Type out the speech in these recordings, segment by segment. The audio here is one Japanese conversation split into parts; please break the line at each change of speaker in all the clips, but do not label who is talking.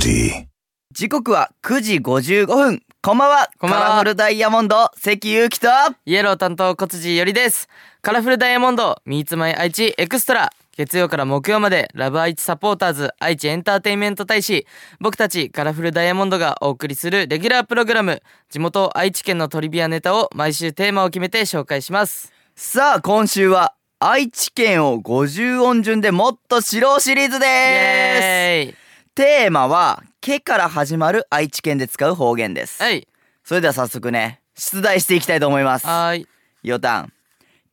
tea.
時刻は9時55分。こんばんは。
こんばんは
カラフルダイヤモンド、関ゆうきと、
イエロー担当小辻よりです。カラフルダイヤモンド、ミーツマイ愛知エクストラ。月曜から木曜まで、ラブ愛知サポーターズ、愛知エンターテインメント大使、僕たちカラフルダイヤモンドがお送りするレギュラープログラム、地元愛知県のトリビアネタを毎週テーマを決めて紹介します。
さあ、今週は、愛知県を50音順でもっと知ろうシリーズ
イ
で
エーイ
すテーマは、けから始まる愛知県で使う方言です。
はい。
それでは早速ね、出題していきたいと思います。
はーい。
よたん。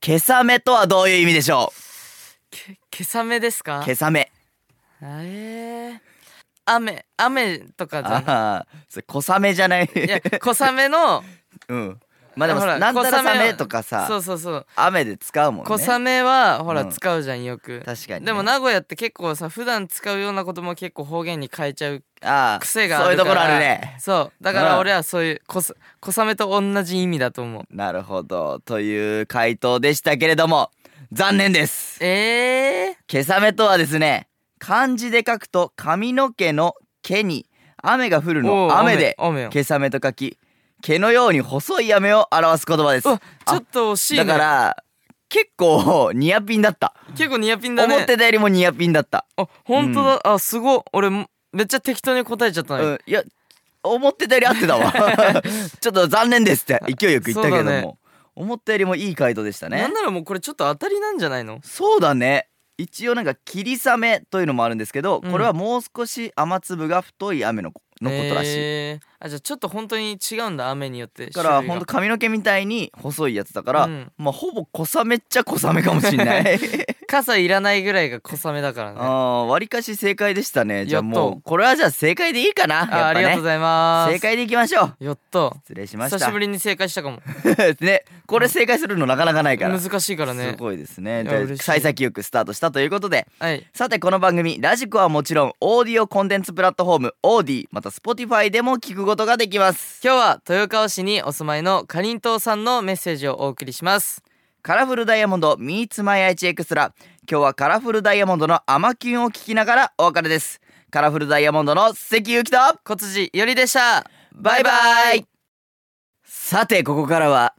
けさめとはどういう意味でしょ
け、けさめです
う
か
けさめ。
えー。雨、雨とかじゃな
ああ、それ小雨じゃない。
い。いや、小雨の、
うん。まあでも、
ほら
なんたら
小
さ
雨
め
は
とか
そ
さ
う、そうそう。
雨で使うもんね。
小雨はほら
うん
使うじゃんよく、
確かにね
でも名古屋って結構さ普段使うようなことも結構方言に変えちゃう
ああ
癖がある
そ
から
ういうところあるね
そうだか
うん
ら俺はそういう小さ小雨と同じ意味だと思う
なるほどという回答でしたけれども残念です
えー、
毛雨とはですね漢字で書くと髪の毛の毛に雨が降る
おう
の雨で
雨よ
毛雨と書き毛のように細い雨を表す言葉です
うわちょっと惜しい、ね、
だから結構ニアピンだった
結構ニアピンだね
思ってたよりもニアピンだった、
あ本当だ、あすごい俺もめっちゃ適当に答えちゃったね、
うん、いや思ってたより合って たわちょっと残念ですって勢いよく言ったけれども、
そうだね
思ったよりもいい回答でしたね
なんならもうこれちょっと当たりなんじゃないの
そうだね一応なんか霧雨というのもあるんですけど、
うん
これはもう少し雨粒が太い雨のこのことらしい、
えーあじゃあちょっと本当に違うんだ雨によっ
だ
て
から
種類が
ほんと髪の毛みたいに細いやつだから、
うん
まあほぼ小雨っちゃ小雨かもしんない
傘いらないぐらいが小雨だからね
あーわりかし正解でしたねじゃあ
やっ
も
と
うこれはじゃあ正解でいいかなやっぱ、ね、
あありがとうございます。
正解でいきましょう
やった。
失礼しました
久しぶりに正解したかも。
ねこれ正解するのなかなかないから
難しいからね
す。ごいですね
いや嬉
で
しい
幸先よくスタートしたということで
はい。
さてこの番組ラジコはもちろんオーディオコンテンツプラットフォームオーディまた Spotify でも聞くことができます
今日は豊川市にお住まいのかりんとうさんのメッセージをお送りします。
カラフルダイヤモンド Meets My i エクストラ今日はカラフルダイヤモンドの「アマキュン」を聞きながらお別れですカラフルダイヤモンドの関ゆきと
小辻よりでした。
バイバイさてここからは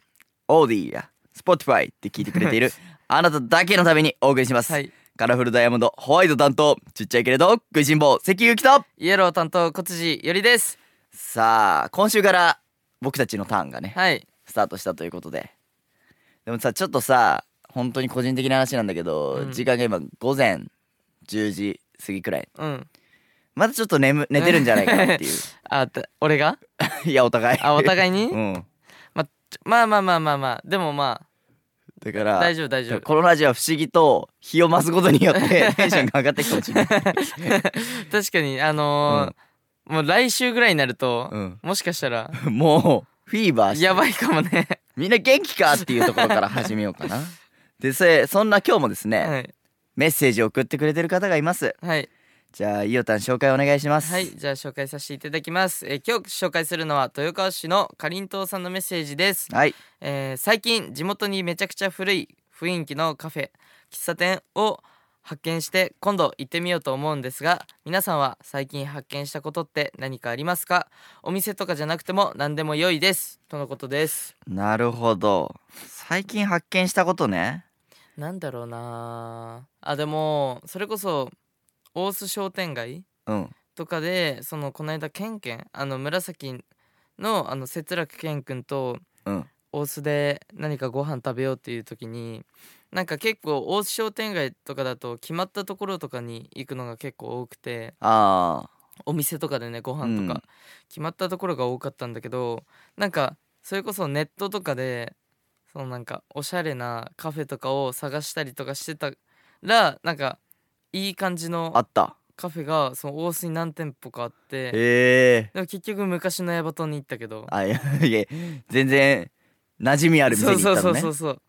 オーディや Spotify で聞いてくれて いるあなただけのためにお送りします、
はい。
カラフルダイヤモンドホワイト担当ちっちゃいけれど食いしん坊関ゆきと
イエロー担当小辻よりです。
さあ今週から僕たちのターンがね
はい。
スタートしたということででもさちょっとさ本当に個人的な話なんだけど、
うん
時間が今午前10時過ぎくらい
うん。
まだちょっと眠寝てるんじゃないかなっていう
あ、た俺が？
いやお互い
あ、お互い うに？
ん
まあまあまあまあまあ。でもま
だか
あ
ら
大丈夫大丈夫。
このラジオは不思議と日を増すことによって テンションが上がっていくかもしれない、
確かにあのーもう来週ぐらいになると、
うん
もしかしたら
もうフィーバーして
やばいか もね。
みんな元気かっていうところから始めようかなでせそんな今日もですね、
はい
メッセージを送ってくれてる方がいます
はい。
じゃあいおたん紹介お願いします
はい、じゃあ紹介させていただきます。えー今日紹介するのは豊川市のかりんとうさんのメッセージです。
はい
えー最近地元にめちゃくちゃ古い雰囲気のカフェ、喫茶店を発見して今度行ってみようと思うんですが皆さんは最近発見したことって何かありますかお店とかじゃなくても何でも良いですとのことです
なるほど最近発見したことね
なんだろうなあでもそれこそ大須商店街
うん
とかでそのこの間ケンケンあの紫のあの節楽健くんと
うん
大須で何かご飯食べようっていう時になんか結構大須商店街とかだと決まったところとかに行くのが結構多くて
あ
お店とかでねご飯と
うん
か決まったところが多かったんだけど、なんかそれこそネットとかでそのなんかおしゃれなカフェとかを探したりとかしてたらなんかいい感じの
ーあった
カフェがその大須に何店舗かあって。
へえ
でも結局昔のヤバトンに行ったけど
あいやいや全然馴染みある店に行った
そ
の
うそう
ね
そうそう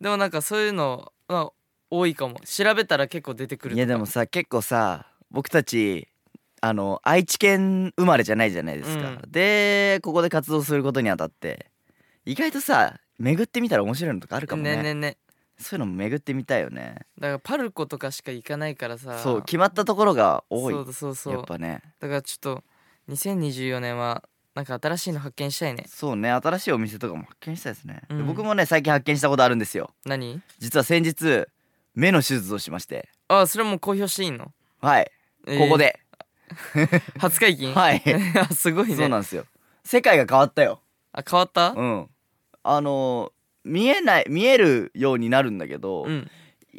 でもなんかそういうの、まあ、多いかも調べたら結構出てくる
いやでもさ結構さ僕たちあの愛知県生まれじゃないじゃないですか、
う
でここで活動することにあたって意外とさ巡ってみたら面白いのとかあるかもね
ねねね
そういうのも巡ってみたいよね
だからパルコとかしか行かないからさ
そう決まったところが多い
そうだそうそ
やっ
う
ぱね
だからちょっと2024年はなんか新しいの発見したいね
そうね新しいお店とかも発見したいですね、で
うん
僕もね最近発見したことあるんですよ
何
実は先日目の手術をしまして
あそれもう公表していいの
はい、
えー
ここで
初解禁
はい
あすごいね
そうなんですよ世界が変わったよ
あ変わった
うんあのー見えない見えるようになるんだけど、
うん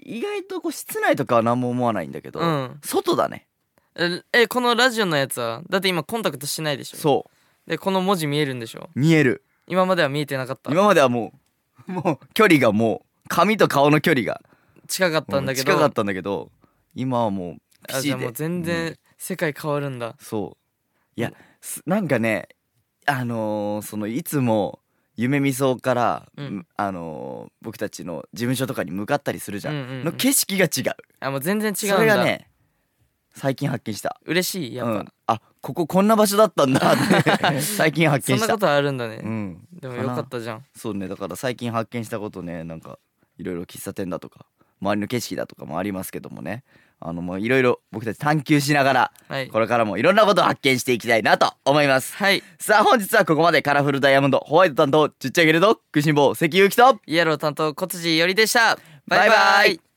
意外とこう室内とかは何も思わないんだけど、
うん
外だね
ええこのラジオのやつはだって今コンタクトしてないでしょ
そ
でこの文字見えるんでしょ
う見える
今までは見えてなかった
今まではもうもう距離がもう髪と顔の距離が
近かったんだけど
近かったんだけど今はもうピ
あ
シ
じゃ
ー
あ
で
もう全
う
然
ん
世界変わるんだ
そういやすなんかねあのーそのいつも夢みそうから、
うん
あのー僕たちの事務所とかに向かったりするじゃん、
うんうんうん
の景色が違う
あもう全然違うんだ
それがね最近発見した
嬉しいやっ
う
ぱ、
ん、あこここんな場所だったんだって 最近発
そ
見し
んな
た
ことあるんだね、
うん
でもよかったじゃん
そうねだから最近発見したことねなんかいろいろ喫茶店だとか周りの景色だとかもありますけどもねあのまあいろいろ僕たち探求しながら
はい
これからもいろんなことを発見していきたいなと思います
はい
さあ本日はここまでカラフルダイヤモンドホワイト担当ちっちゃいけれど食いしん坊関ゆうきと
イエロー担当小辻よりでしたバイバイ
バイバイ